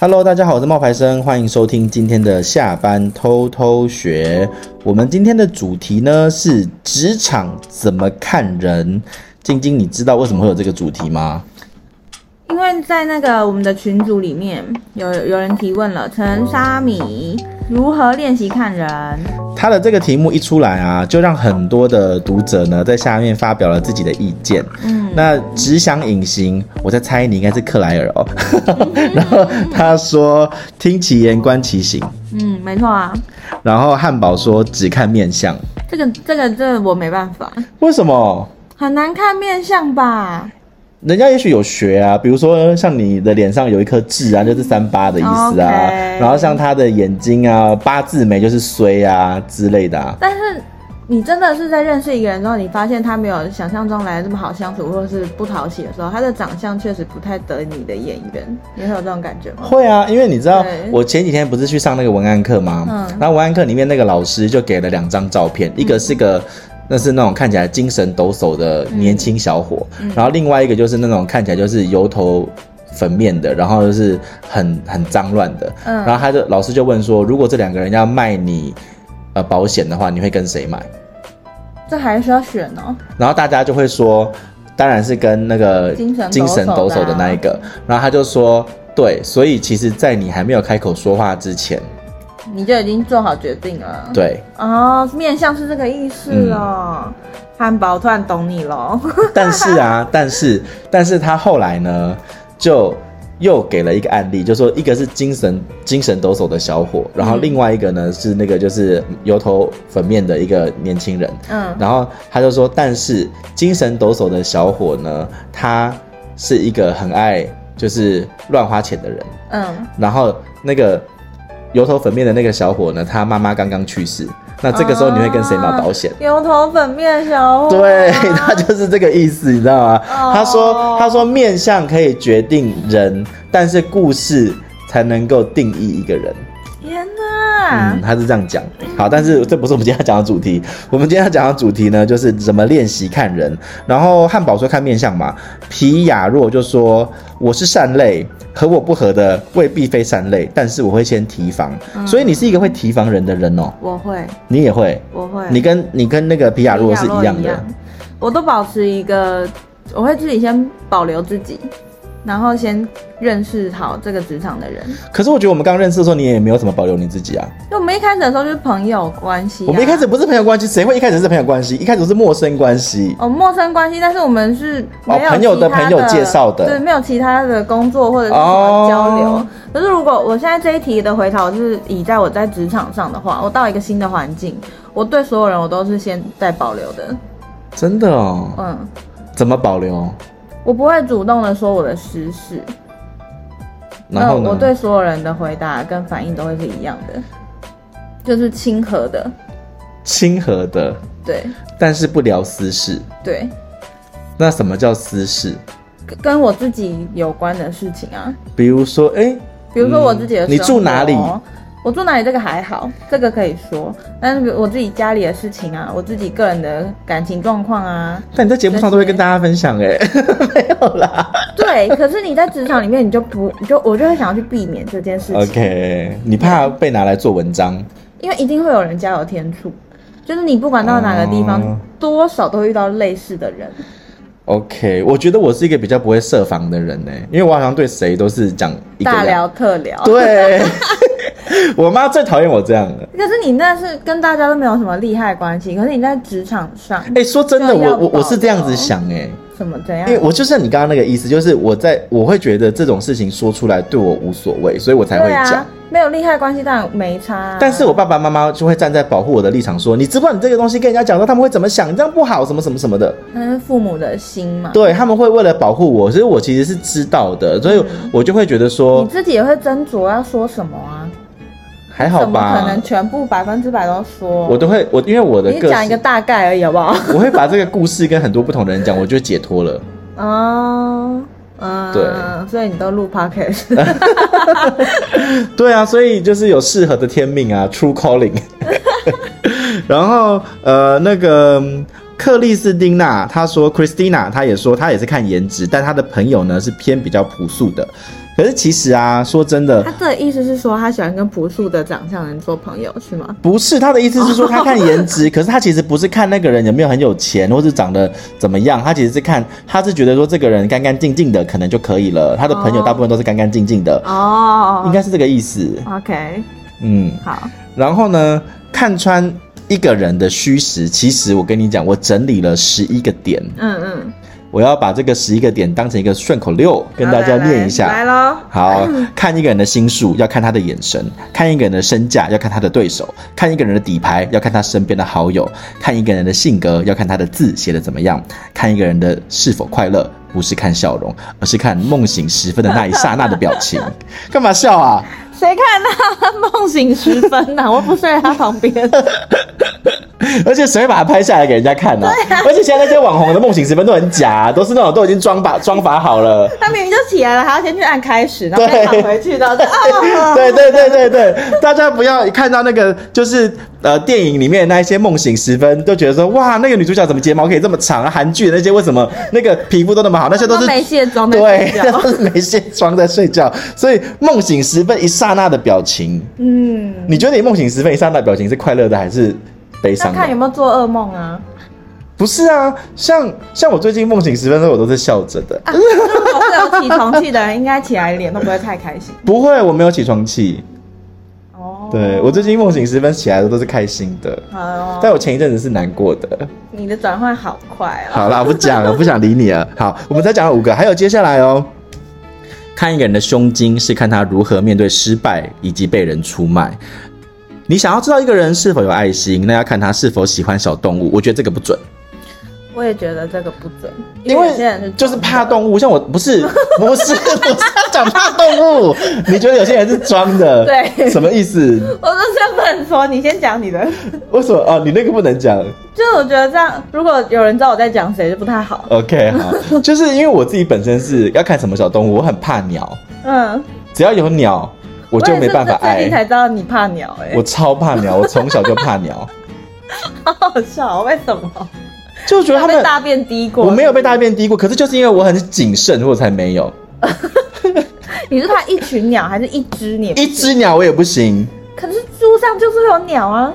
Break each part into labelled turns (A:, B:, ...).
A: Hello，大家好，我是冒牌生，欢迎收听今天的下班偷偷学。我们今天的主题呢是职场怎么看人。晶晶，你知道为什么会有这个主题吗？
B: 因为在那个我们的群组里面，有有人提问了陈沙米如何练习看人，
A: 他的这个题目一出来啊，就让很多的读者呢在下面发表了自己的意见。嗯，那只想隐形，我在猜你应该是克莱尔哦。 然后他说听其言观其行，
B: 嗯，没错啊，
A: 然后汉堡说只看面相，
B: 这个这个这个我没办法，
A: 为什么？
B: 很难看面相吧？
A: 人家也许有学啊，比如说像你的脸上有一颗痣啊，就是三八的意思啊。
B: OK
A: 然后像他的眼睛啊，八字眉就是衰啊之类的啊。
B: 但是你真的是在认识一个人之后，你发现他没有想象中来的这么好相处，或者是不讨喜的时候，他的长相确实不太得你的眼缘，你会有这种感觉吗？
A: 会啊，因为你知道
B: 对
A: 我前几天不是去上那个文案课吗？
B: 嗯
A: 然后文案课里面那个老师就给了两张照片，一个是个。那是那种看起来精神抖擞的年轻小伙，
B: 嗯
A: 然后另外一个就是那种看起来就是油头粉面的，然后就是很很脏乱的。
B: 嗯
A: 然后他就老师就问说，如果这两个人要卖你呃保险的话，你会跟谁买？
B: 这还需要选哦。
A: 然后大家就会说，当然是跟那个
B: 精神抖擞的啊啊
A: 精神抖擞的那一个。然后他就说，对，所以其实，在你还没有开口说话之前，
B: 你就已经做好决定了，
A: 对，
B: 哦，面相是这个意思哦。汉堡突然懂你喽，
A: 但是 啊，但是，但是他后来呢，就又给了一个案例，就说一个是精神精神抖擞的小伙，然后另外一个呢是那个就是油头粉面的一个年轻人，
B: 嗯，
A: 然后他就说，但是精神抖擞的小伙呢，他是一个很爱就是乱花钱的人。
B: 嗯，
A: 然后那个油头粉面的那个小伙呢，他妈妈刚刚去世，那这个时候你会跟谁买保险？
B: 油头粉面小伙，
A: 对，他就是这个意思，你知道吗？
B: 哦
A: 他说，他说面相可以决定人，但是故事才能够定义一个人。
B: 天哪啊
A: 嗯，，他是这样讲。好，但是这不是我们今天要讲的主题。我们今天要讲的主题呢，就是怎么练习看人。然后汉堡说看面相嘛，皮亚若就说我是善类，和我不合的未必非善类，但是我会先提防。
B: 嗯
A: 所以你是一个会提防人的人哦，
B: 我会，
A: 你也会。
B: 我会，
A: 你跟你跟那个皮亚若是一样
B: 一
A: 的，
B: 我都保持一个，我会自己先保留自己，然后先认识好这个职场的人。
A: 可是我觉得我们刚认识的时候，你也没有怎么保留你自己啊。
B: 因为我们一开始的时候就是朋友关系、啊，
A: 我们一开始不是朋友关系，谁会一开始是朋友关系？一开始是陌生关系。
B: 哦，陌生关系，但是我们是
A: 哦
B: 没有
A: 朋友
B: 其
A: 的
B: 他
A: 朋友介绍的
B: 对，没有其他的工作或者是什
A: 哦
B: 么交流。可是如果我现在这一题的回答，我是以在我在职场上的话，我到一个新的环境，我对所有人我都是先在保留的，
A: 真的哦，
B: 嗯，
A: 怎么保留？
B: 我不会主动的说我的私事。
A: 然后
B: 那
A: 呢？
B: 我对所有人的回答跟反应都会是一样的，就是亲和的，
A: 亲和的，
B: 对
A: 但是不聊私事。
B: 对，
A: 那什么叫私事？
B: 跟跟我自己有关的事情啊。
A: 比如说，哎、
B: 比如说我自己的、
A: 嗯你住哪里？
B: 我住哪里这个还好，这个可以说。但是比如我自己家里的事情啊，我自己个人的感情状况啊，
A: 但你在节目上都会跟大家分享、诶 哎，
B: 对。可是你在职场里面，你就不，你就我就会想要去避免这件事情
A: OK，你怕被拿来做文章，
B: 因为一定会有人加油添醋。就是你不管到哪个地方，
A: 哦
B: 多少都会遇到类似的人。
A: OK，我觉得我是一个比较不会设防的人呢、因为我好像对谁都是讲一个
B: 大
A: 样
B: 聊。特聊，
A: 对， 我妈最讨厌我这样了。
B: 可是你那是跟大家都没有什么利害关系，可是你在职场上
A: 哎、说真的，
B: 这
A: 我
B: 样
A: 我我是这样
B: 保
A: 子
B: 留
A: 想哎、
B: 什么怎样
A: 因为？我就像你刚刚那个意思，就是我在我会觉得这种事情说出来对我无所谓，所以我才会
B: 对
A: 讲。
B: 啊，没有利害关系当然没差、啊。
A: 但是我爸爸妈妈就会站在保护我的立场说，你知不知道你这个东西跟人家讲到他们会怎么想，你这样不好，什么什么什么的。
B: 那是父母的心嘛。
A: 对他们会为了保护我，所以我其实是知道的，所以我就会觉得
B: 你
A: 说
B: 自己也会斟酌要说什么啊？
A: 还好
B: 怎么可
A: 吧
B: 能，全部百分之百都说？
A: 我都会我因为我的
B: 你
A: 个
B: 讲一个
A: 性，
B: 大概而已好不 好？
A: 我会把这个故事跟很多不同的人讲，我就解脱了。
B: 哦，嗯，
A: 对，
B: 所以你都录 podcast，
A: 对啊，所以就是有适合的天命啊，True Calling。然后呃，那个嗯克里斯汀娜她说，Christina 她也说她也是看颜值，但她的朋友呢是偏比较朴素的。可是其实啊，说真的
B: 他，这意思是说他喜欢跟朴素的长相的人做朋友是吗？
A: 不是他的意思是说他看颜值，可是他其实不是看那个人有没有很有钱，或是长得嗯怎么样，他其实是看他是觉得说这个人干干净净的可能就可以了，他的朋友
B: 哦
A: 大部分都是干干净净的，
B: 哦，
A: 应该是这个意思。
B: OK，
A: 嗯，
B: 好，
A: 然后呢，看穿一个人的虚实，其实我跟你讲，我整理了十一个点，
B: 嗯嗯，
A: 我要把这个十一个点当成一个顺口溜跟大家
B: 好来
A: 念一下。
B: 来嗯喽，
A: 好看一个人的心术，要看他的眼神；看一个人的身价，要看他的对手；看一个人的底牌，要看他身边的好友；看一个人的性格，要看他的字写的怎么样；看一个人的是否快乐，不是看笑容，而是看梦醒时分的那一刹那的表情。 干嘛笑啊？
B: 谁看他梦醒时分啊 呐、我不睡在他旁 边，
A: 而且谁会把它拍下来给人家看呢、
B: 啊
A: 而且现在那些网红的梦醒时分都很假、都是那种都已经装法装法好 了。
B: 他明明就起来了，还要先去按开始，然后
A: 对
B: 再躺回去，然后就啊，
A: 对对对对对，大家不要一看到那个就是呃电影里面那一些梦醒时分，都觉得说哇那个女主角怎么睫毛可以这么长啊？韩剧的那些为什么那个皮肤都那么好？那些都
B: 都
A: 是
B: 没卸妆在睡
A: 对，
B: 觉
A: 那都是没卸妆在睡觉。所以梦醒时分一刹那的表情，
B: 嗯，
A: 你觉得你梦醒时分一刹那的表情是快乐的还是悲
B: 那
A: 伤
B: 看有
A: 的？
B: 没有做噩梦啊？
A: 不是啊，像像我最近梦醒时分的时候，我都是笑着的。
B: 啊如果是有起床气的人，应该起来脸都不会太开心。
A: 不会，我没有起床气。
B: 哦，
A: 对我最近梦醒时分起来的都是开心的，
B: 好，哦
A: 但我前一阵子是难过的。
B: 你的转换好快哦。
A: 好啦，不讲 了，不想理你了。好，我们再讲了五个，还有接下来哦。看一个人的胸襟是看他如何面对失败以及被人出卖。你想要知道一个人是否有爱心，那要看他是否喜欢小动物。我觉得这个不准，
B: 我也觉得这个不准，
A: 因
B: 有些人
A: 为
B: 是
A: 就是怕
B: 动。
A: 动物。像我不 是不是不是讲怕动物，你觉得有些人是装的？
B: 对
A: 什么意思？
B: 我就是要不能说，你先讲你的。
A: 为什么？哦，你那个不能讲。
B: 就是我觉得这样，如果有人知道我在讲谁，就不太好。
A: OK，好， 就是因为我自己本身是要看什么小动物，我很怕鸟，
B: 嗯，
A: 只要有鸟我
B: 我
A: 就
B: 也
A: 没
B: 是
A: 办法
B: 最近才
A: 爱。
B: 知道你怕鸟、欸，
A: 我超怕鸟，我从小就怕 鸟，
B: 好好笑哦，为什么？
A: 就觉得他
B: 被
A: 们
B: 大便滴过？
A: 我没有被大便低估，可是就是因为我很谨慎，我才没有
B: 你是怕一群鸟还是一只鸟？
A: 一只鸟我也不行
B: 可是猪上就是会有鸟啊。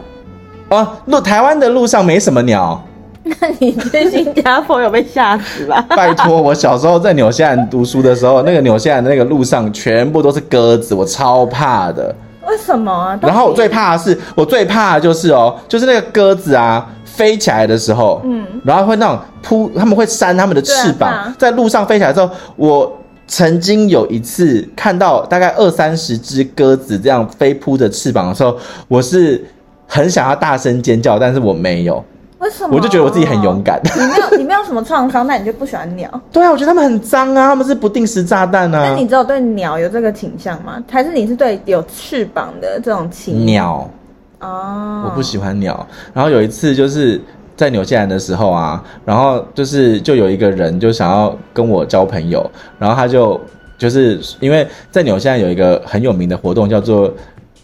A: 啊。路台湾的路上没什么 鸟，
B: 那你去新加坡有被吓死吧？
A: 拜托，我小时候在纽西兰读书的时候，那个纽西兰的那个路上全部都是鸽子，我超怕的。
B: 为什么啊？
A: 然后我最
B: 到底
A: 怕的是，我最怕的就是哦，就是那个鸽子啊飞起来的时候，嗯
B: 嗯，
A: 然后会那种扑，他们会扇他们的翅膀，
B: 对啊对啊
A: 在路上飞起来之后，我曾经有一次看到大概二三十只鸽子这样飞扑着翅膀的时候，我是很想要大声尖叫，但是我没有，
B: 为什么？
A: 我就觉得我自己很勇。敢。
B: 你没有你没有什么创伤，那你就不喜欢鸟？
A: 对啊，我觉得他们很脏啊，他们是不定时炸弹
B: 那
A: 啊
B: 你。只有对鸟有这个倾向吗？还是你是对有翅膀的这种情？
A: 鸟，
B: 哦，
A: 我不喜欢鸟。然后有一次就是在纽西兰的时候啊，然后就是就有一个人就想要跟我交朋友，然后他就就是因为在纽西兰有一个很有名的活动叫做。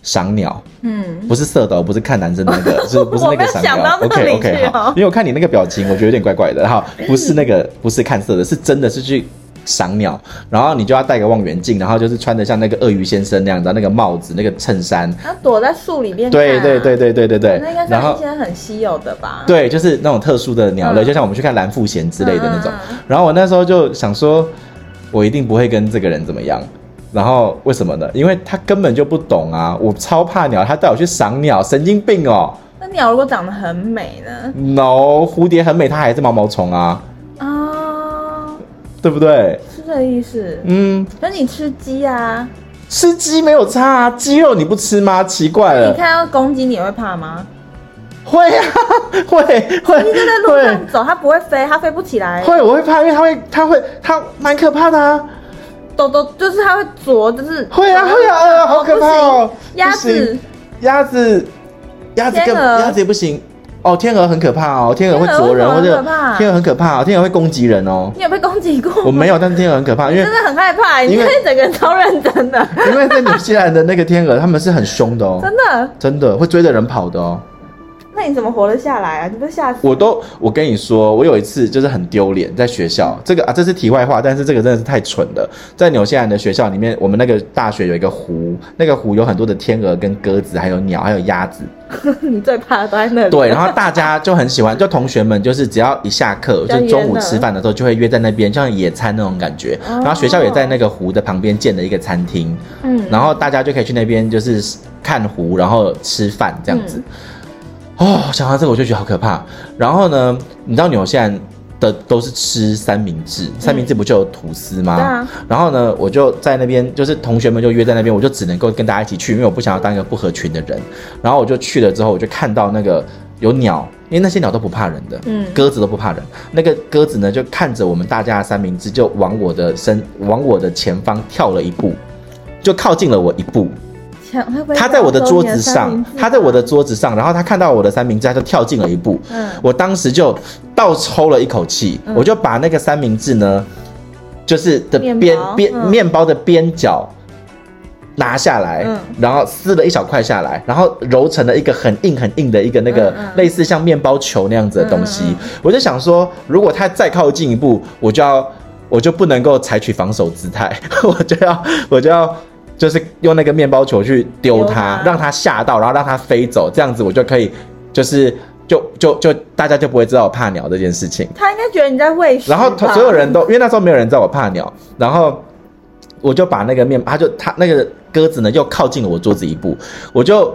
A: 赏鸟
B: 嗯，
A: 不是色的哦，不是看男生的那 个，是不是那个赏
B: 我没有想
A: 鸟
B: 到那里
A: OK OK
B: 去哦
A: 好，因为我看你那个表情，我觉得有点怪怪的哈，不是那个，不是看色的，是真的是去赏鸟，然后你就要戴个望远镜，然后就是穿的像那个鳄鱼先生那样的那个帽子、那个衬衫，
B: 它躲在树里面、啊。
A: 对对对，对对对对，
B: 那应该
A: 然
B: 算
A: 后
B: 一些很稀有的吧？，
A: 对，就是那种特殊的鸟类，
B: 嗯
A: 就像我们去看蓝腹鹇之类的那种
B: 嗯嗯嗯。
A: 然后我那时候就想说，我一定不会跟这个人怎么样。然后为什么呢？因为他根本就不懂啊！我超怕鸟，他带我去赏鸟，神经病哦
B: 那鸟如果长得很美呢？
A: ！No，蝴蝶很美，它还是毛毛虫啊，
B: 啊、
A: 对不对？
B: 是这个意思。
A: 嗯，
B: 可是你吃鸡啊，
A: 吃鸡没有差啊，鸡肉你不吃吗？奇怪
B: 你
A: 了，
B: 看到公鸡你会怕吗？
A: 会啊， 会会
B: 鸡就在路
A: 会
B: 上走，它不会飞，它飞不起来，
A: 会，我会怕，因为它会，它会，它蛮可怕的啊。
B: 抖抖就是它会啄，就是
A: 会啊会啊，哎呀，好可怕哦！
B: 鸭
A: 不行
B: 子，
A: 鸭子，鸭子更
B: 天鹅
A: 鸭子也不行哦。天鹅很可怕哦，天鹅会啄人，
B: 天鹅
A: 或
B: 为
A: 者
B: 什么很可怕
A: 天鹅很可怕、哦，天鹅会攻击人 哦。
B: 你有被攻击过？
A: 我没有，但是天鹅很可怕，因为
B: 真的很害怕，欸你
A: 因为
B: 看你整个人超认真的，
A: 因为在纽西兰的那个天鹅，它们是很凶的哦，
B: 真的。
A: 真的会追着人跑的哦。
B: 那你怎么活得下来啊？你不是吓死？
A: 我都，我跟你说，我有一次就是很丢脸，在学校这个啊，这是题外话，但是这个真的是太蠢了。在纽西兰的学校里面，我们那个大学有一个湖，那个湖有很多的天鹅、跟鸽子，还有鸟，还有鸭子。
B: 你最怕的都在 那里。啊
A: 对，然后大家就很喜欢，就同学们就是只要一下课，
B: 要
A: 就
B: 约
A: 中午
B: 呢
A: 吃饭的时候就会约在那边，像野餐那种感觉。
B: 哦
A: 然后学校也在那个湖的旁边建了一个餐厅，
B: 嗯，
A: 然后大家就可以去那边就是看湖，然后吃饭这样子。
B: 嗯
A: 哦，想到这个我就觉得好可怕。然后呢，你知道纽西兰的都是吃三明治，三明治不就有吐司吗？
B: 对啊
A: 然后呢，我就在那边，就是同学们就约在那边，我就只能够跟大家一起去，因为我不想要当一个不合群的人。然后我就去了之后，我就看到那个有鸟，因为那些鸟都不怕人的，
B: 嗯
A: 鸽子都不怕人。那个鸽子呢，就看着我们大家的三明治，就往我的身，往我的前方跳了一步，就靠近了我一步。
B: 抢会不会
A: 他在我的桌
B: 抢
A: 子
B: 走你三明
A: 上
B: 治，啊
A: 他在我的桌子上，然后他看到我的三明治，他就跳进了一步。
B: 嗯
A: 我当时就倒抽了一口气，
B: 嗯
A: 我就把那个三明治呢，就是的
B: 面
A: 边
B: 包
A: 边
B: 嗯
A: 面包的边角拿下来
B: 嗯，
A: 然后撕了一小块下来，然后揉成了一个很硬很硬的一个那个
B: 嗯嗯
A: 类似像面包球那样子的东西
B: 嗯嗯。
A: 我就想说，如果他再靠近一步，我就要我就不能够采取防守姿态，我就要我就要。就是用那个面包球去丢
B: 丢
A: 它
B: 它，
A: 让它吓到，然后让它飞走，这样子我就可以，就是就就就大家就不会知道我怕鸟这件事情。
B: 他应该觉得你在喂食吧。
A: 然后所有人都，因为那时候没有人知道我怕鸟，然后我就把那个面，他就他那个鸽子呢又靠近了我桌子一步，我就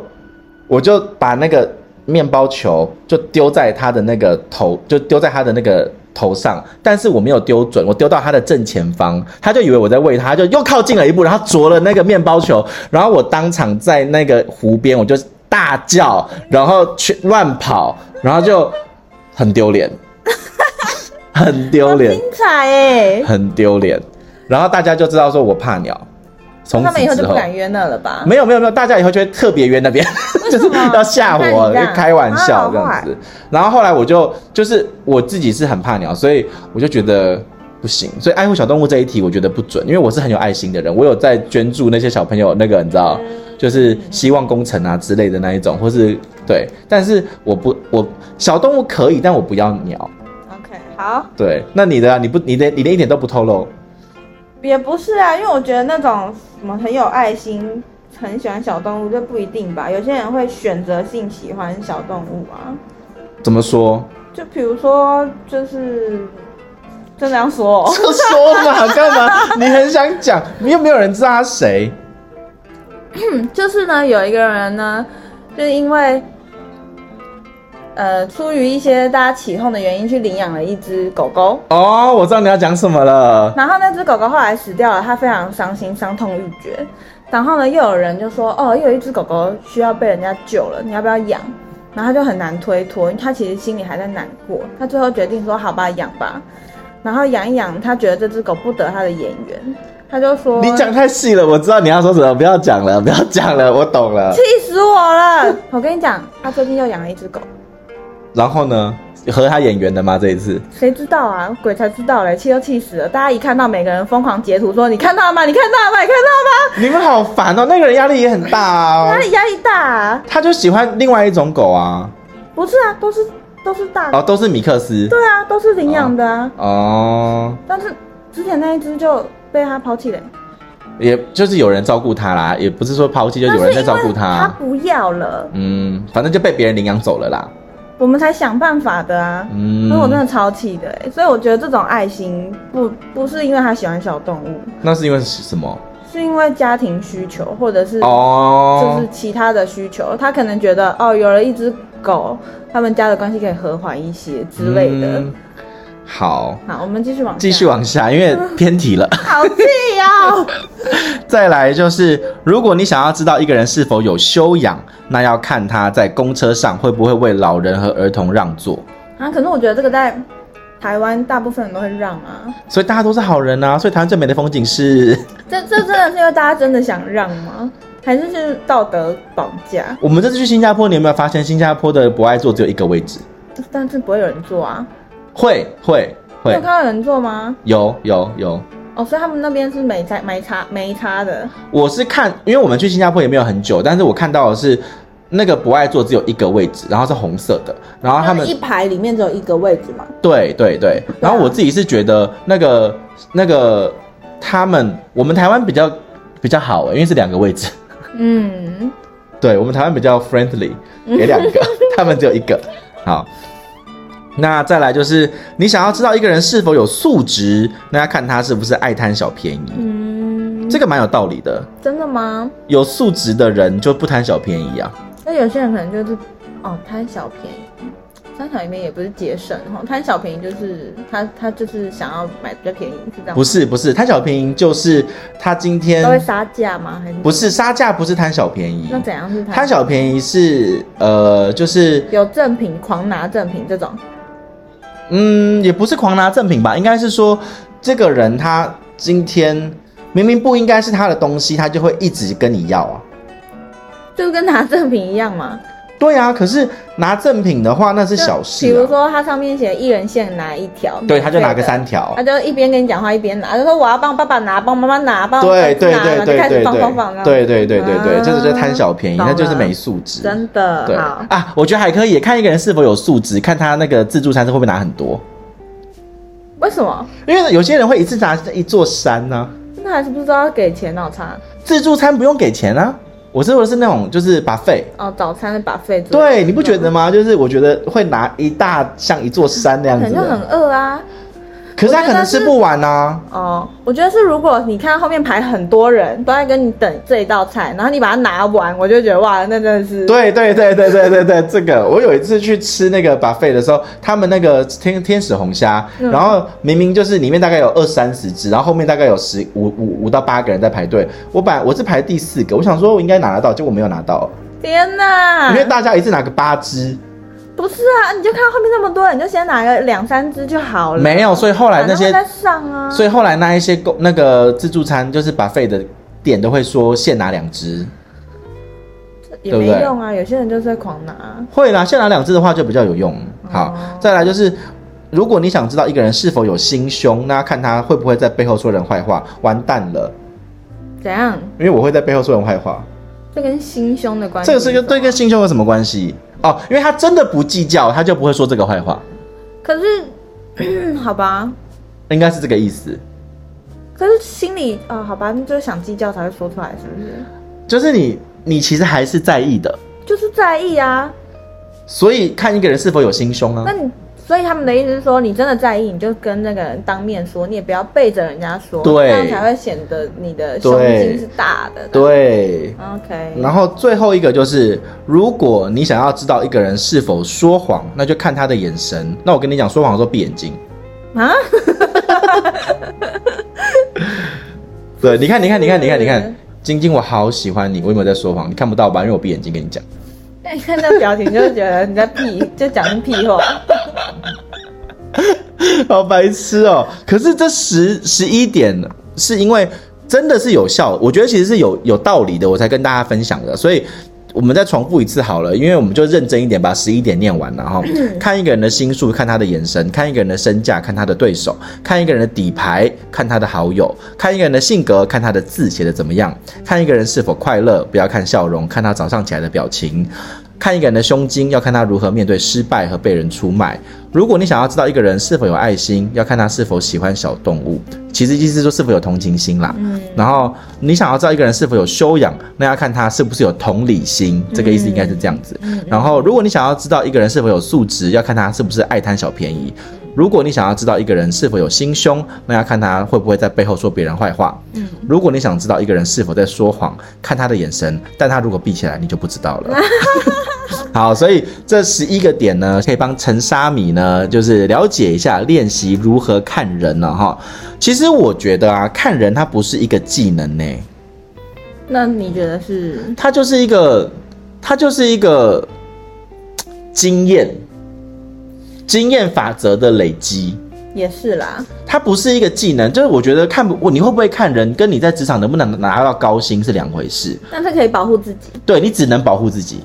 A: 我就把那个面包球就丢在他的那个头，就丢在他的那个头上，但是我没有丢准，我丢到他的正前方，他就以为我在喂他，他就又靠近了一步，然后啄了那个面包球，然后我当场在那个湖边我就大叫，然后去乱跑，然后就很丢脸。很丢
B: 好
A: 脸，
B: 精彩哎！
A: 很丢脸。然后大家就知道说我怕鸟，从
B: 他
A: 此
B: 们以后
A: 之
B: 就
A: 后
B: 不敢约那了吧？
A: 没有没有没有，大家以后就会特别约那边， 就是要吓唬我
B: 你看你这样
A: 开玩笑
B: 啊
A: 这样
B: 好
A: 子。然后后来我就就是我自己是很怕鸟，所以我就觉得。不行，所以爱护小动物这一题我觉得不准，因为我是很有爱心的人，我有在捐助那些小朋友那个你知道，
B: 嗯
A: 就是希望工程啊之类的那一种，或是对，但是我不我小动物可以，但我不要鸟。
B: OK，好，
A: 对，那你的啊你不你的你的一点都不透露，
B: 也不是啊，因为我觉得那种什么很有爱心、很喜欢小动物，这不一定吧。有些人会选择性喜欢小动物啊，
A: 怎么说？
B: 就比如说，就是真的要说、哦，
A: 就说嘛，干嘛？你很想讲，你又没有人知道他谁。
B: 就是呢，有一个人呢，就是因为，呃，出于一些大家起哄的原因，去领养了一只狗狗。
A: 哦，我知道你要讲什么了。
B: 然后那只狗狗后来死掉了，他非常伤心，伤痛欲绝。然后呢，又有人就说，哦，又有一只狗狗需要被人家救了，你要不要养？然后他就很难推脱，因为他其实心里还在难过。他最后决定说，好吧，养吧。然后养一养，他觉得这只狗不得他的眼缘，他就说，
A: 你讲太细了，我知道你要说什么，不要讲了，不要讲了，我懂了
B: 气。死我了！啊我跟你讲，他最近又养了一只狗。
A: 然后呢，和他演员的吗？这一次，
B: 谁知道啊？鬼才知道嘞，气都气死了！大家一看到每个人疯狂截图说：“你看到了吗？你看到了吗？你看到了吗
A: 你们好烦哦，那个人压力也很大？”哦
B: 压。力压力大、啊，
A: 他就喜欢另外一种狗啊，
B: 不是啊，都是都是大，
A: 哦，都是米克斯。
B: 对啊，都是领养的啊。
A: 哦，
B: 但是之前那一只就被他抛弃了，
A: 也就是有人照顾他啦，也不是说抛弃，就
B: 但
A: 有
B: 是
A: 人在照顾
B: 因为他
A: 他。
B: 不要了，
A: 嗯，反正就被别人领养走了啦。
B: 我们才想办法的啊。
A: 嗯，
B: 所以我真的超气的哎、所以我觉得这种爱心不不是因为他喜欢小动物，
A: 那是因为什么？
B: 是因为家庭需求或者是
A: 哦，
B: 就是其他的需求，他可能觉得哦，有了一只狗，他们家的关系可以和缓一些之类的。
A: 嗯好，
B: 好，我们继续往下
A: 继续，往下，因为偏题了。
B: 好气哦！
A: 再来就是，如果你想要知道一个人是否有修养，那要看他在公车上会不会为老人和儿童让座。
B: 啊，可是我觉得这个在台湾大部分人都会让啊，
A: 所以大家都是好人啊，所以台湾最美的风景是，
B: 这这真的是因为大家真的想让吗？还是是道德绑架？
A: 我们这次去新加坡，你有没有发现新加坡的博爱座只有一个位置？
B: 但是不会有人做啊？
A: 会会
B: 你有
A: 会
B: 看，到有人做吗？
A: 有有有。
B: 哦，所以他们那边是没差没差没差的。
A: 我是看，因为我们去新加坡也没有很久，但是我看到的是那个不爱坐只有一个位置，然后是红色的，然啊后他们
C: 一排里面只有一个位置嘛，
A: 对对对，然后我自己是觉得那个那个他们我们台湾比较比较好、欸，因为是两个位置，
B: 嗯，
A: 对我们台湾比较 friendly，给两 个，他们只有一个。好，那再来就是你想要知道一个人是否有素质，那要看他是不是爱贪小便宜，
B: 嗯，
A: 这个蛮有道理的。
B: 真的吗？
A: 有素质的人就不贪小便宜啊，
B: 那有些人可能就是哦贪小便宜，贪小便宜也不是节省哈，贪小便宜就是他他就是想要买比较便宜，是这样吗？
A: 不是不是贪小便宜就是他今天
B: 都会杀价吗？还是
A: 不？是杀价，不是贪小便宜，
B: 那怎样是贪
A: 贪小便宜是呃，就是
B: 有赠品狂拿赠品这种，
A: 嗯，也不是狂拿赠品吧，应该是说这个人他今天明明不应该是他的东西，他就会一直跟你要啊。
B: 就是跟拿赠品一样嘛。
A: 对啊，可是拿赠品的话那是小事、啊，
B: 比如说它上面写一人限拿一条，
A: 对，他就拿个
B: 免费的
A: 三条
B: 他，就一边跟你讲话一边拿，就说我要帮爸爸拿，帮妈妈拿，帮
A: 对
B: 儿子
A: 对
B: 拿，然
A: 对
B: 后就
A: 对
B: 开始
A: 对
B: 放放放，然
A: 对，
B: 后
A: 对对对对对，
B: 啊
A: 这就是贪小便宜，
B: 懂
A: 那就是
B: 了
A: 没素质。
B: 真
A: 对
B: 的好。
A: 啊，我觉得还可以，看一个人是否有素质，看他那个自助餐是会不会拿很多，
B: 为什么？
A: 因为有些人会一次拿一座山呢、啊
B: 那还是不知道要给钱脑残
A: 自助餐不用给钱啊。我说的是那种就是把费，
B: 哦，早餐的把费之类的
A: 对，你不觉得吗？就是我觉得会拿一大像一座山那样
B: 可能
A: 子
B: 就很
A: 的，
B: 饿啊。
A: 可是他
B: 我觉得
A: 可能吃
B: 是
A: 不完啊。
B: 哦，我觉得是，如果你看到后面排很多人都在跟你等这一道菜，然后你把它拿完，我就觉得哇，那真的是
A: 对对对对对对对，这个我有一次去吃那个 buffet 的时候，他们那个天天使红虾，
B: 嗯
A: 然后明明就是里面大概有二三十只，然后后面大概有十五五五到八个人在排队，我本来我是排第四个，我想说我应该拿得到，结果没有拿到，
B: 天哪
A: 因！为大家一次拿个八只，
B: 不是啊，你就看到后面那么多人，你就先拿个两三只就好了。
A: 没有，所以后来
B: 反
A: 那
B: 正
A: 些
B: 会在上啊，
A: 所以后来那一些公那个自助餐就是 buffet 的店都会说限拿两只，
B: 也
A: 对不
B: 没
A: 对
B: 用啊。有些人就是会狂拿啊，
A: 会啦，限拿两只的话就比较有用。
B: 哦
A: 好，再来就是。如果你想知道一个人是否有心胸，那看他会不会在背后说人坏话。完蛋了，
B: 怎样？
A: 因为我会在背后说人坏话，
B: 这跟心胸的关系
A: 这
B: 什
A: 个是
B: 么，
A: 跟对跟心胸有什么关系？哦，因为他真的不计较，他就不会说这个坏话，
B: 可是，嗯好吧，
A: 应该是这个意思。
B: 可是心里啊、好吧，那就是想计较才会说出来，是不是？
A: 就是你，你其实还是在意的，
B: 就是在意啊。
A: 所以看一个人是否有心胸啊
B: 那。你所以他们的意思是说，你真的在意，你就跟那个人当面说，你也不要背着人家说，
A: 对
B: 这样才会显得你的胸
A: 对
B: 襟是大的。
A: 对，
B: ，OK，
A: 然后最后一个就是，如果你想要知道一个人是否说谎，那就看他的眼神。那我跟你讲，说谎的时候闭眼睛。
B: 啊，
A: 对，你看，你看，你看，你看，你看，晶晶，我好喜欢你，我有没有在说谎？你看不到吧？因为我闭眼睛跟你讲。
B: 那你看那表情，就觉得你在屁， 就讲屁话。
A: 好白痴哦！可是这十十一点是因为真的是有效，我觉得其实是有有道理的，我才跟大家分享的。所以我们再重复一次好了，因为我们就认真一点，把十一点念完了哈。看一个人的心术，看他的眼神；看一个人的身价，看他的对手；看一个人的底牌，看他的好友；看一个人的性格，看他的字写的怎么样；看一个人是否快乐，不要看笑容，看他早上起来的表情。看一个人的胸襟，要看他如何面对失败和被人出卖。如果你想要知道一个人是否有爱心，要看他是否喜欢小动物，其实意思是说是否有同情心啦。嗯，然后你想要知道一个人是否有修养，那要看他是不是有同理心，这个意思应该是这样子。然后如果你想要知道一个人是否有素质，要看他是不是爱贪小便宜。如果你想要知道一个人是否有心胸，那要看他会不会在背后说别人坏话。嗯，如果你想知道一个人是否在说谎，看他的眼神，但他如果闭起来，你就不知道了。好，所以这十一个点呢，可以帮陈沙米呢，就是了解一下练习如何看人了、哈。其实我觉得啊，看人它不是一个技能呢、
B: 那你觉得是？
A: 它就是一个，它就是一个嘖经验，经验法则的累积。
B: 也是啦，
A: 它不是一个技能，就是我觉得看不，我你会不会看人，跟你在职场能不能拿到高薪是两回事。
B: 但是可以保护自己。
A: 对你只能保护自己，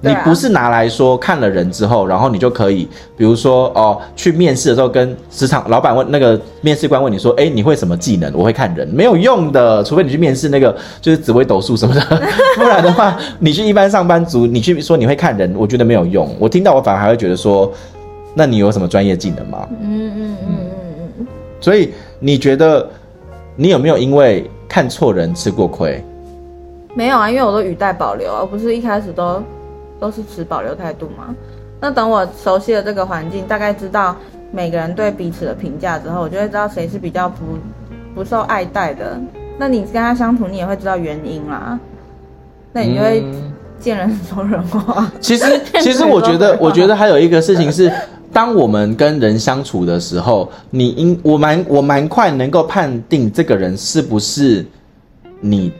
A: 你
B: 对啊
A: 不是拿来说看了人之后，然后你就可以，比如说哦，去面试的时候跟职场老板问那个面试官问你说，哎，你会什么技能？我会看人，没有用的，除非你去面试那个就是紫微斗数 什么的，不然的话，你去一般上班族，你去说你会看人，我觉得没有用。我听到我反而还会觉得说，那你有什么专业技能吗？
B: 嗯嗯嗯嗯嗯，
A: 所以你觉得你有没有因为看错人吃过亏？
B: 没有啊，因为我都语带保留啊，我不是一开始都都是持保留态度吗？那等我熟悉了这个环境，大概知道每个人对彼此的评价之后，我就会知道谁是比较不不受爱戴的。那你跟他相处，你也会知道原因啦。那你就会
A: 嗯
B: 见人说人话。
A: 其实，其实我觉得，我觉得还有一个事情是，当我们跟人相处的时候，你应我蛮我蛮快能够判定这个人是不是你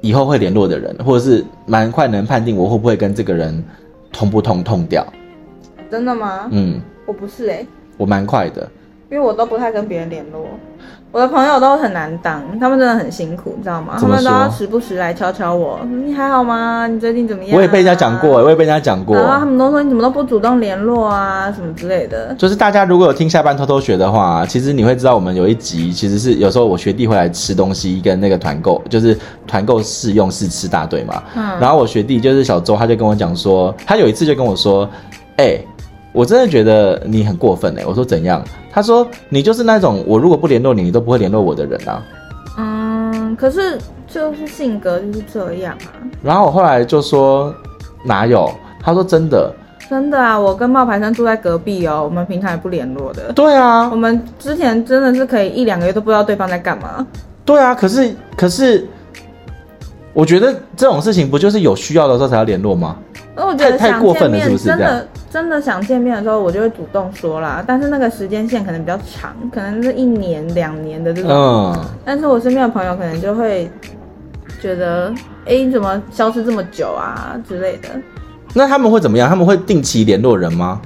A: 以后会联络的人，或者是蛮快能判定我会不会跟这个人同不同痛掉。
B: 真的吗？
A: 嗯，
B: 我不是哎、
A: 我蛮快的。
B: 因为我都不太跟别人联络，我的朋友都很难当，他们真的很辛苦，你知道吗？
A: 怎
B: 他
A: 么
B: 们
A: 说
B: 都要时不时来敲敲我，你还好吗？你最近怎么样、啊
A: 我也被人家讲过，，我欸也被人家讲过。
B: 然后他们都说你怎么都不主动联络啊，什么之类 的。
A: 就是大家如果有听下班偷偷学的话，其实你会知道我们有一集其实是有时候我学弟会来吃东西，跟那个团购就是团购试用试吃大队嘛。
B: 嗯
A: 然后我学弟就是小周，他就跟我讲说，他有一次就跟我说，哎、我真的觉得你很过分哎、我说怎样？他说你就是那种我如果不联络你，你都不会联络我的人啊。
B: 嗯，可是就是性格就是这样啊，
A: 然后我后来就说哪有？他说真的，
B: 真的啊，我跟冒牌生住在隔壁哦，我们平常也不联络的。
A: 对啊
B: 我，们之前真的是可以一两个月都不知道对方在干嘛，
A: 对啊，可是可是，我觉得这种事情不就是有需要的时候才要联络吗？
B: 那我觉得
A: 太太
B: 想
A: 过
B: 见
A: 分了
B: 面
A: 是不是
B: 真
A: 这样
B: 的真的想见面的时候，我就会主动说啦。但是那个时间线可能比较长，可能是一年两年的这种。
A: 嗯，
B: 但是我身边的朋友可能就会觉得，哎、你怎么消失这么久啊之类的。
A: 那他们会怎么样？他们会定期联络人吗？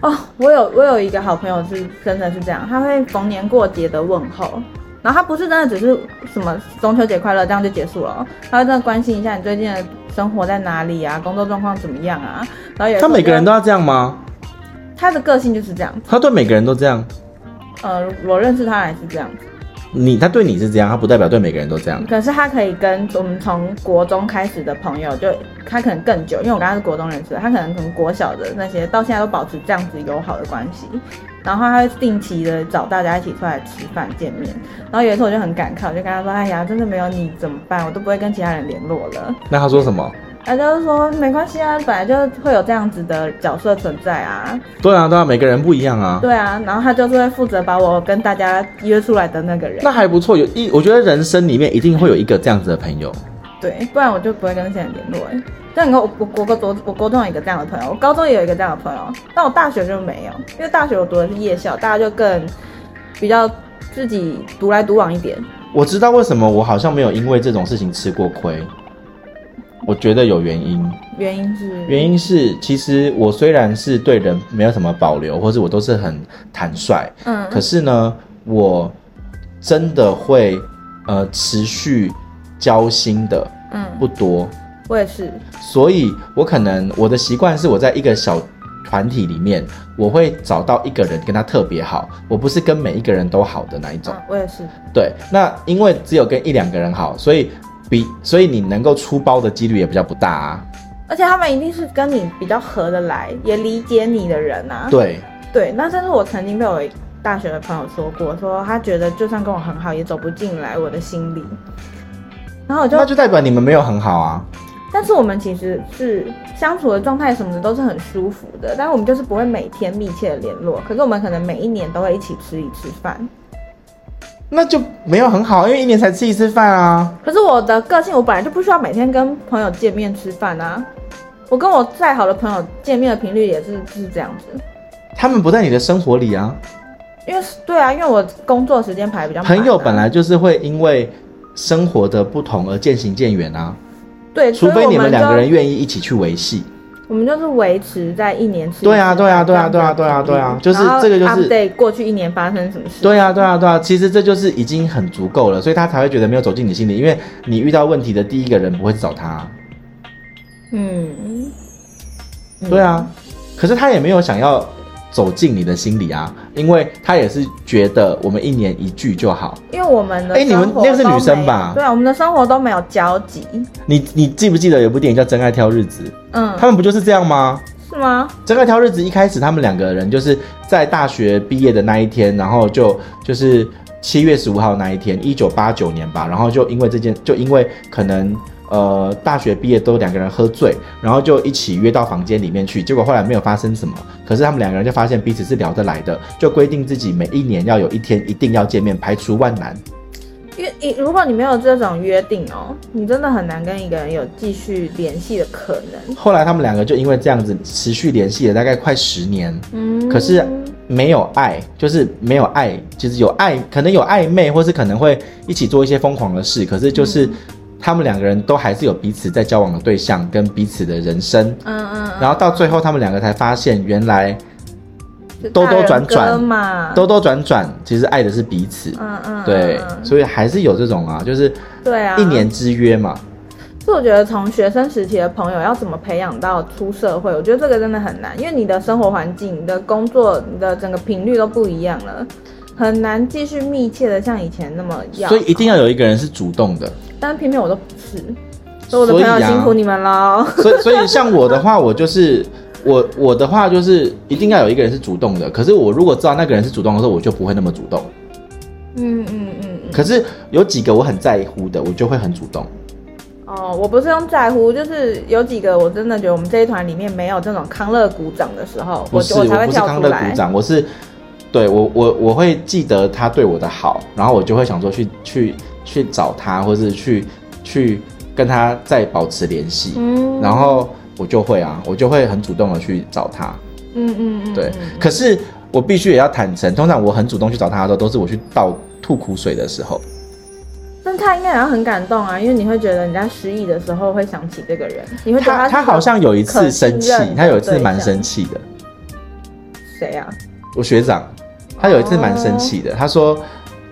B: 哦，我有我有一个好朋友是真的是这样，他会逢年过节的问候，然后他不是真的只是什么中秋节快乐这样就结束了哦，他会真的关心一下你最近的生活在哪里啊，工作状况怎么样啊，然后也
A: 他每个人
B: 都
A: 都要这样吗？
B: 他的个性就是这样，
A: 他对每个人都这样？
B: 呃，我认识他也是这样子，
A: 你他对你是这样，他不代表对每个人都这样。
B: 可是他可以跟我们从国中开始的朋友，就他可能更久，因为我跟他是国中认识的，他可能从国小的那些到现在都保持这样子友好的关系。然后他会定期的找大家一起出来吃饭见面。然后有一次我就很感慨，我就跟他说：“哎呀，真的没有你怎么办？我都不会跟其他人联络了。
A: 那他说什么？”
B: 他就是说：“没关系啊，本来就会有这样子的角色存在啊。
A: 对啊，对啊，每个人不一样啊。
B: 对啊，然后他就是会负责把我跟大家约出来的那个人。
A: 那还不错，有一我觉得人生里面一定会有一个这样子的朋友。
B: 对，不然我就不会跟那些人联络、欸。但你看我我我国我我国中有一个这样的朋友，我高中也有一个这样的朋友，但我大学就没有，因为大学我读的是夜校，大家就更比较自己独来独往一点。
A: 我知道为什么我好像没有因为这种事情吃过亏，我觉得有原因。
B: 原因是
A: 原因是，其实我虽然是对人没有什么保留，或者我都是很坦率，
B: 嗯
A: 可是呢，我真的会呃持续交心的
B: 嗯，
A: 不多，
B: 我也是，
A: 所以我可能我的习惯是我在一个小团体里面，我会找到一个人跟他特别好，我不是跟每一个人都好的那一种。
B: 嗯，我也是，
A: 对，那因为只有跟一两个人好，所以比所以你能够出包的几率也比较不大啊。
B: 而且他们一定是跟你比较合得来，也理解你的人啊。
A: 对，
B: 对，那甚至我曾经被我大学的朋友说过，说他觉得就算跟我很好，也走不进来我的心里。然后我就
A: 那就代表你们没有很好啊。
B: 但是我们其实是相处的状态什么的都是很舒服的，但是我们就是不会每天密切的联络，可是我们可能每一年都会一起吃一次饭。
A: 那就没有很好，因为一年才吃一次饭啊。
B: 可是我的个性，我本来就不需要每天跟朋友见面吃饭啊。我跟我再好的朋友见面的频率也是就是这样子，
A: 他们不在你的生活里啊。
B: 因为对啊，因为我工作时间排比较满啊
A: 朋友本来就是会因为生活的不同而渐行渐远啊，
B: 对，
A: 除非你
B: 所以我
A: 们
B: 就
A: 两个人愿意一起去维系。
B: 我们就是维持在一年吃一次
A: 对啊
B: 饭
A: 对啊
B: 这样
A: 对啊
B: 子
A: 对
B: 的
A: 啊对啊对啊
B: 频率
A: 就是这个就是
B: 然后 update 过去一年发生什么事，
A: 对啊，对啊，对啊，其实这就是已经很足够了，所以他才会觉得没有走进你心里，因为你遇到问题的第一个人不会去找他。
B: 嗯，
A: 对啊，可是他也没有想要走进你的心里啊，因为他也是觉得我们一年一聚就好。
B: 因为我们的
A: 哎你们
B: 生活
A: 那个是
B: 都
A: 女生
B: 没有
A: 吧
B: 对啊，我们的生活都没有交集，
A: 你你记不记得有部电影叫《真爱挑日子》？
B: 嗯，
A: 他们不就是这样吗？
B: 是吗？
A: 《真爱挑日子》一开始他们两个人就是在大学毕业的那一天，然后就就是七月十五号那一天，一九八九年吧，然后就因为这件，就因为可能。呃，大学毕业都两个人喝醉，然后就一起约到房间里面去，结果后来没有发生什么。可是他们两个人就发现彼此是聊得来的，就规定自己每一年要有一天一定要见面，排除万难。
B: 因为一如果你没有这种约定哦，你真的很难跟一个人有继续联系的可能。
A: 后来他们两个就因为这样子持续联系了大概快十年，
B: 嗯，
A: 可是没有爱，就是没有爱，就是有爱，可能有暧昧，或是可能会一起做一些疯狂的事，可是就是
B: 嗯
A: 他们两个人都还是有彼此在交往的对象跟彼此的人生，
B: 嗯嗯，
A: 然后到最后他们两个才发现，原来
B: 就
A: 兜兜
B: 大人
A: 转转
B: 哥嘛，
A: 兜兜转转，其实爱的是彼此，
B: 嗯嗯，
A: 对
B: 嗯，嗯
A: 所以还是有这种啊，就是
B: 对啊，
A: 一年之约嘛，
B: 所以我觉得从学生时期的朋友要怎么培养到出社会，我觉得这个真的很难，因为你的生活环境、你的工作、你的整个频率都不一样了，很难继续密切的像以前那么要。
A: 所以一定要有一个人是主动的。
B: 但偏偏我都不是，所以我的朋
A: 所
B: 友
A: 以啊
B: 辛苦你们喽。
A: 所以所以像我的话，我就是我我的话就是一定要有一个人是主动的。可是我如果知道那个人是主动的时候，我就不会那么主动。
B: 嗯嗯嗯嗯。
A: 可是有几个我很在乎的，我就会很主动。
B: 哦，我不是用在乎，就是有几个我真的觉得我们这一团里面没有这种康乐鼓掌的时候，
A: 不
B: 我
A: 是，
B: 我才会
A: 不是
B: 跳
A: 康
B: 出
A: 乐
B: 来。
A: 鼓掌，我是对我我我会记得他对我的好，然后我就会想说去去去找他，或是去去跟他再保持联系。
B: 嗯
A: 然后我就会啊，我就会很主动的去找他。
B: 嗯嗯嗯，
A: 对，
B: 嗯
A: 可是我必须也要坦诚，通常我很主动去找他的时候，都是我去倒吐苦水的时候。
B: 但他应该也要很感动啊，因为你会觉得你在失忆的时候会想起这个人，你会觉得
A: 他
B: 是
A: 他
B: 个
A: 好像有一次生气
B: 可信任，的
A: 他有一次蛮
B: 对象
A: 生气的。
B: 谁啊？
A: 我学长，他有一次蛮生气
B: 哦
A: 的，他说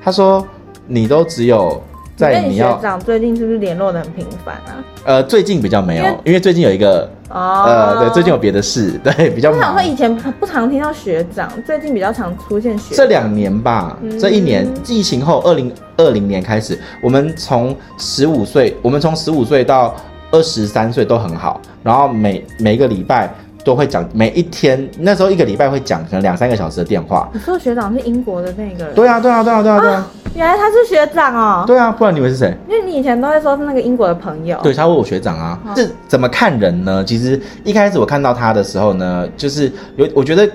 A: 他说你都只有在
B: 你跟
A: 你
B: 你
A: 要
B: 学长最近是不是联络的很频繁啊？
A: 呃最近比较没有
B: 因为，
A: 因为最近有一个
B: 哦，
A: 呃对最近有别的事， 对比较
B: 我想
A: 忙
B: 说。以前不不常听到学长，最近比较常出现学
A: 这
B: 长。
A: 两年吧，
B: 嗯
A: 这一年疫情后，二零二零年开始，我们从十五岁，我们从十五岁到二十三岁都很好，然后每每一个礼拜都会讲，每一天那时候一个礼拜会讲可能两三个小时的电话。
B: 你说的学长是英国的那个人？
A: 对啊，对啊，对啊，对啊，对啊，
B: 原来他是学长哦。
A: 对啊，不然你以为是谁？
B: 因为你以前都会说是那个英国的朋友。
A: 对，他问我学长啊，
B: 哦
A: 这怎么看人呢？其实一开始我看到他的时候呢，就是有我觉得。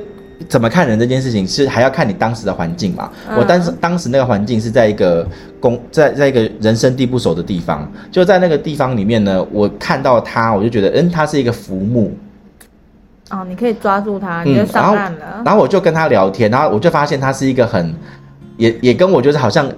A: 怎么看人这件事情是还要看你当时的环境嘛。
B: 嗯
A: 我当时当时那个环境是在一个公在在一个人生地不熟的地方，就在那个地方里面呢，我看到他，我就觉得，嗯，他是一个浮木，
B: 哦，你可以抓住他，啊
A: 嗯，
B: 你就
A: 然
B: 上
A: 后
B: 岸了。
A: 然后我就跟他聊天，然后我就发现他是一个很，也也跟我就是好像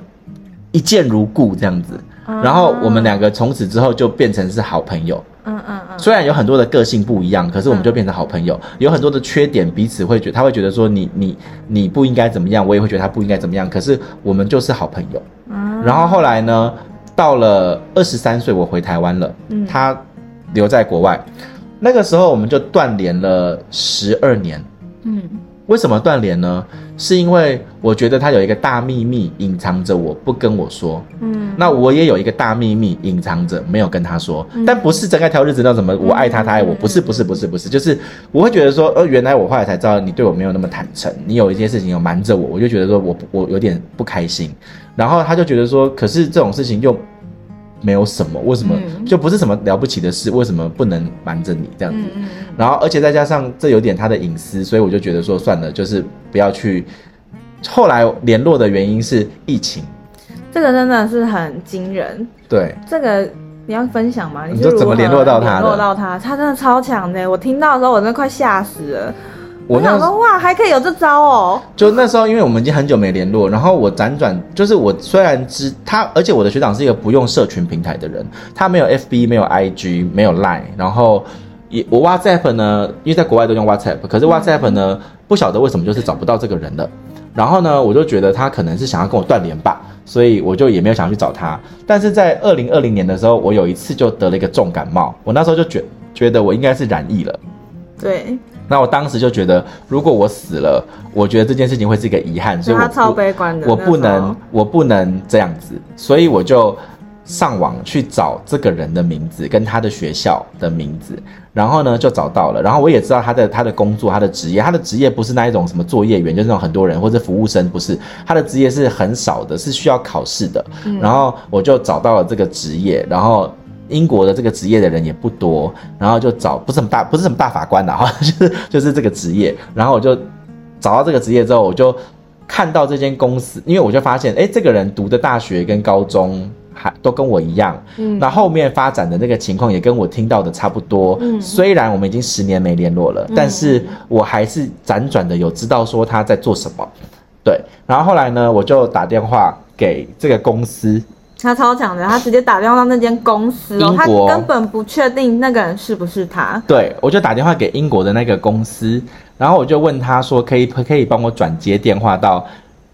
A: 一见如故这样子。
B: 嗯
A: 然后我们两个从此之后就变成是好朋友。
B: 嗯嗯嗯，
A: 虽然有很多的个性不一样，可是我们就变成好朋友。有很多的缺点，彼此会觉他会觉得说你你你不应该怎么样，我也会觉得他不应该怎么样。可是我们就是好朋友。
B: 嗯
A: 然后后来呢，到了二十三岁，我回台湾了，
B: 嗯
A: 他留在国外。那个时候我们就断联了十二年。
B: 嗯
A: 为什么断联呢？是因为我觉得他有一个大秘密隐藏着我，不跟我说。
B: 嗯，
A: 那我也有一个大秘密隐藏着，没有跟他说。但不是真爱挑日子那什么，我爱他，他爱我，不是，不是，不是，不是，就是我会觉得说，呃，原来我后来才知道你对我没有那么坦诚，你有一些事情有瞒着我，我就觉得说我不我有点不开心。然后他就觉得说，可是这种事情又没有什么，为什么、
B: 嗯
A: 就不是什么了不起的事？为什么不能瞒着你这样子？
B: 嗯嗯
A: 然后而且再加上这有点他的隐私，所以我就觉得说算了，就是不要去。后来联络的原因是疫情，
B: 嗯，这个真的是很惊人。
A: 对，
B: 这个你要分享吗？
A: 你
B: 是
A: 说
B: 如
A: 怎么
B: 何
A: 联络到他的
B: 联络到他，他真的超强的，我听到的时候我真的快吓死了。
A: 我那
B: 想说哇，还可以有这招哦。
A: 就那时候，因为我们已经很久没联络，然后我辗转，就是我虽然知他，而且我的学长是一个不用社群平台的人，他没有 FB，没有 IG，没有 Line，然后也我 WhatsApp 呢，因为在国外都用 WhatsApp，可是 WhatsApp 呢，不晓得为什么就是找不到这个人了。然后呢，我就觉得他可能是想要跟我断联吧，所以我就也没有想要去找他。但是在二零二零年的时候，我有一次就得了一个重感冒，我那时候就觉觉得我应该是染疫了。
B: 对，
A: 那我当时就觉得，如果我死了，我觉得这件事情会是一个遗憾，所
B: 所
A: 以
B: 以
A: 我
B: 他超
A: 不
B: 悲观的。
A: 我不
B: 那时候
A: 能，我不能这样子，所以我就上网去找这个人的名字跟他的学校的名字，然后呢就找到了，然后我也知道他的他的工作、他的职业，他的职业不是那一种什么作业员，就是那种很多人或者服务生，不是，他的职业是很少的，是需要考试的，
B: 嗯
A: 然后我就找到了这个职业，然后。英国的这个职业的人也不多，然后就找不是很大不是什么大法官的哈， 就是就是这个职业，然后我就找到这个职业之后，我就看到这间公司，因为我就发现，哎，这个人读的大学跟高中还都跟我一样，嗯，那后面发展的那个情况也跟我听到的差不多，嗯，虽然我们已经十年没联络了，但是我还是辗转的有知道说他在做什么，对，然后后来呢，我就打电话给这个公司，
B: 他超强的，他直接打电话到那间公司哦，
A: 英
B: 他
A: 国
B: 根本不确定那个人是不是他。
A: 对，我就打电话给英国的那个公司，然后我就问他说，可以可以帮我转接电话到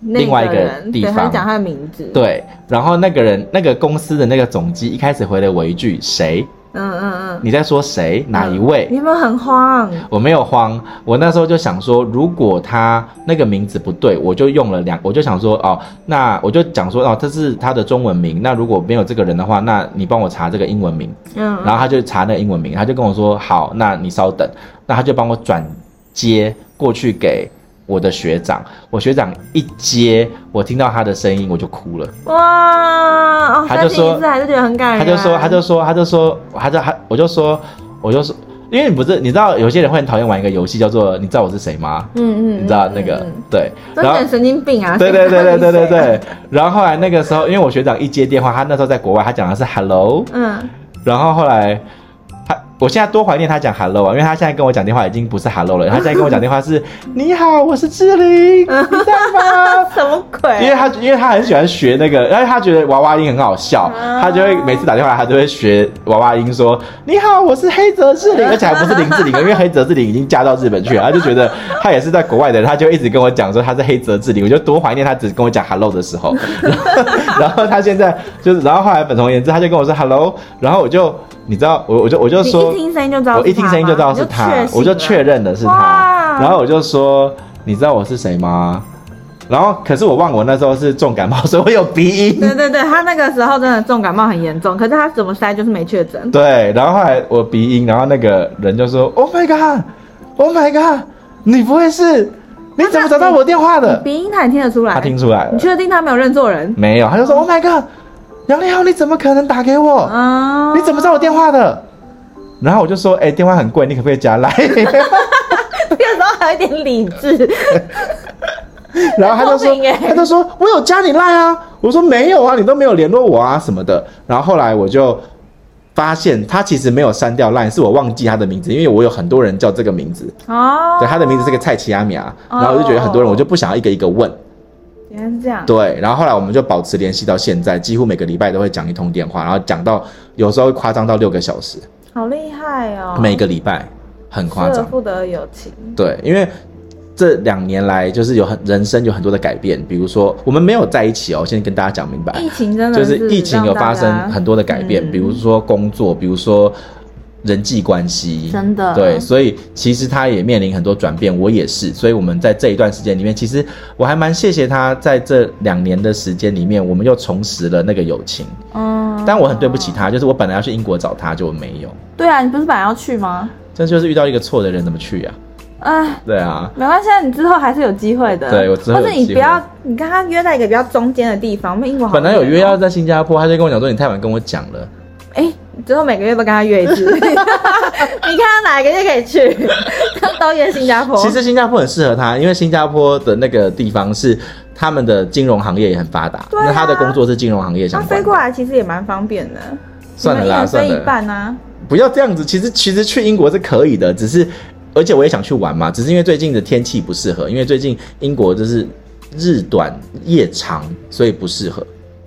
A: 另外一个
B: 那人
A: 地
B: 对，他
A: 方
B: 就讲他的名字。，
A: 对，然后那个人，那个公司的那个总机一开始回了我一句：“谁？
B: 嗯嗯嗯，
A: 你在说谁？哪一位
B: 你有没有很慌？？”
A: 我没有慌，我那时候就想说，如果他那个名字不对，我就用了两，我就想说，哦，那我就讲说，哦，这是他的中文名，那如果没有这个人的话，那你帮我查这个英文名。
B: 嗯，
A: 然后他就查那个英文名，他就跟我说：“好，那你稍等。”那他就帮我转接过去给我的学长。我学长一接，我听到他的声音，我就哭了。
B: 哇，哦，
A: 他就
B: 三心
A: 说
B: 一致还是觉得很感人。
A: 他就说，他就说，他就说，他就他，我就说，我就说，因为你不是，你知道有些人会很讨厌玩一个游戏叫做“你知道我是谁吗”，
B: 嗯嗯，
A: 你知道那个、
B: 嗯嗯嗯
A: 对，然
B: 真的
A: 后
B: 很神经病啊！
A: 对对
B: 谁
A: 对对对对
B: 知道你谁
A: 对，
B: 啊
A: 然后后来那个时候，因为我学长一接电话，他那时候在国外，他讲的是 “hello”，
B: 嗯，
A: 然后后来他，我现在多怀念他讲 “hello” 啊，因为他现在跟我讲电话已经不是 “hello” 了，他现在跟我讲电话是“你好，我是志玲，你在吗？”
B: 什么
A: 因
B: 鬼
A: 为？他因为他很喜欢学那个，因哎为他觉得娃娃音很好笑，
B: 啊
A: 他就会每次打电话来，他都会学娃娃音说：“你好，我是黑泽志玲，而且还不是林志玲，因为黑泽志玲已经嫁到日本去了，他就觉得他也是在国外的人，他就一直跟我讲说他是黑泽志玲，我就多怀念他只跟我讲 hello 的时候。 然后然后他现在就是，然后后来本从言之，他就跟我说 hello，然后我就你知道，我我就我就
B: 你
A: 说
B: 一听声音就知道，
A: 我一听声音就知道是他，
B: 你
A: 我就
B: 确信
A: 确
B: 了。
A: 认了是他
B: 哇。
A: 然后我就说：“你知道我是谁吗？”然后可是我忘了我那时候是重感冒，所以我有鼻 音。
B: 对对对，他那个时候真的重感冒很严重，可是他怎么塞就是没确诊。
A: 对，然后后来我鼻音，然后那个人就说：“Oh my god, Oh my god，你不会是？你怎么找到我电话的
B: 鼻音他也听得出？”来，
A: 他听出来了
B: 你，确定他没有认错人？
A: 没有，他就说：“Oh my god，杨立豪，你怎么可能打给我？”
B: 啊
A: 你 怎么知道我电话的？然后我就说，哎、电话很贵，你可不可以加来？
B: 这个时候还有一点理智？
A: 然后他就
B: 很聪明
A: 说
B: 耶，
A: 他就说我有加你赖啊，我说没有啊，你都没有联络我啊什么的。然后后来我就发现他其实没有删掉赖，是我忘记他的名字，因为我有很多人叫这个名字，
B: 哦，
A: 对，他的名字是个蔡奇阿米啊。然后我就觉得很多人，我就不想要一个一个问，
B: 原来是这样。
A: 对。然后后来我们就保持联系到现在，几乎每个礼拜都会讲一通电话，然后讲到有时候会夸张到六个小时，
B: 好厉害哦！啊
A: 每个礼拜很夸
B: 失而
A: 张。
B: 复得的友情，
A: 对，因为这两年来就是有很人生有很多的改变，比如说我们没有在一起哦，先跟大家讲明白，
B: 疫情真的
A: 就是是疫情有发生
B: 让大家
A: 很多的改变，
B: 嗯
A: 比如说工作，比如说。人际关系
C: 真的
A: 对，所以其实他也面临很多转变，我也是，所以我们在这一段时间里面，其实我还蛮谢谢他，在这两年的时间里面，我们又重拾了那个友情。
C: 嗯，
A: 但我很对不起
B: 哦
A: 他，就是我本来要去英国找他，就没有，
C: 对啊，你不是本来要去吗？
A: 这就是遇到一个错的人，怎么去呀、
C: 哎，
A: 对啊，
B: 没关系，啊，你之后还是有机会的。
A: 对我之后有
B: 或者你
A: 机
B: 不
A: 会
B: 要，你跟他约在一个比较中间的地方。我们英国好
A: 本来有
B: 远哦
A: 约要，在新加坡，他就跟我讲说你太晚跟我讲了，
B: 哎、之后每个月都跟他约一 次，你看他哪一个月可以去， 都约新加坡。
A: 其实新加坡很适合他，因为新加坡的那个地方是他们的金融行业也很发达，
B: 对啊
A: 那他的工作是金融行业
B: 他
A: 相
B: 飞
A: 关
B: 过
A: 的。
B: 来其实也蛮方便的，
A: 算了
B: 你们一
A: 啦，
B: 人
A: 算
B: 飞一
A: 了，
B: 半啊。
A: 不要这样子。其实其实去英国是可以的，只是而且我也想去玩嘛，只是因为最近的天气不适合，因为最近英国就是日短夜长，所以不适合。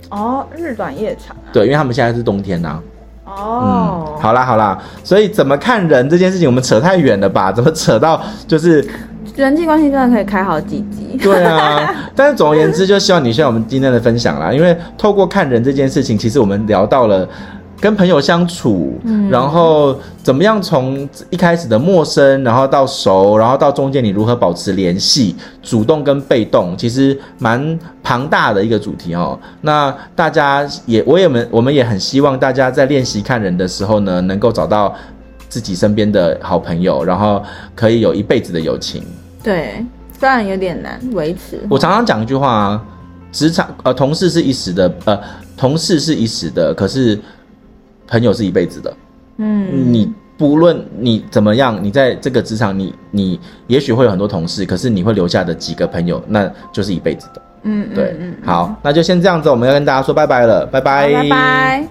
B: 哦，日短夜长
A: 对，因为他们现在是冬天呐、
B: 哦。
A: 嗯，好啦好啦，所以怎么看人这件事情，我们扯太远了吧？怎么扯到就是
B: 人际关系真的可以开好几集。
A: 对啊，但是总而言之，就希望你喜欢我们今天的分享啦。因为透过看人这件事情，其实我们聊到了跟朋友相处，然后怎么样从一开始的陌生，然后到熟，然后到中间你如何保持联系，主动跟被动，其实蛮庞大的一个主题哦。那大家也，我也们我们也很希望大家在练习看人的时候呢，能够找到自己身边的好朋友，然后可以有一辈子的友情。
B: 对，虽然有点难维持，
A: 我常常讲一句话啊，职场呃，同事是一时的，呃，同事是一时的，可是朋友是一辈子的。
C: 嗯，
A: 你不论你怎么样，你在这个职场你，你也许会有很多同事，可是你会留下的几个朋友，那就是一辈子的。
B: 嗯，嗯
A: 对，
B: 嗯，
A: 好，那就先这样子，我们要跟大家说拜拜了，拜
B: 好拜拜。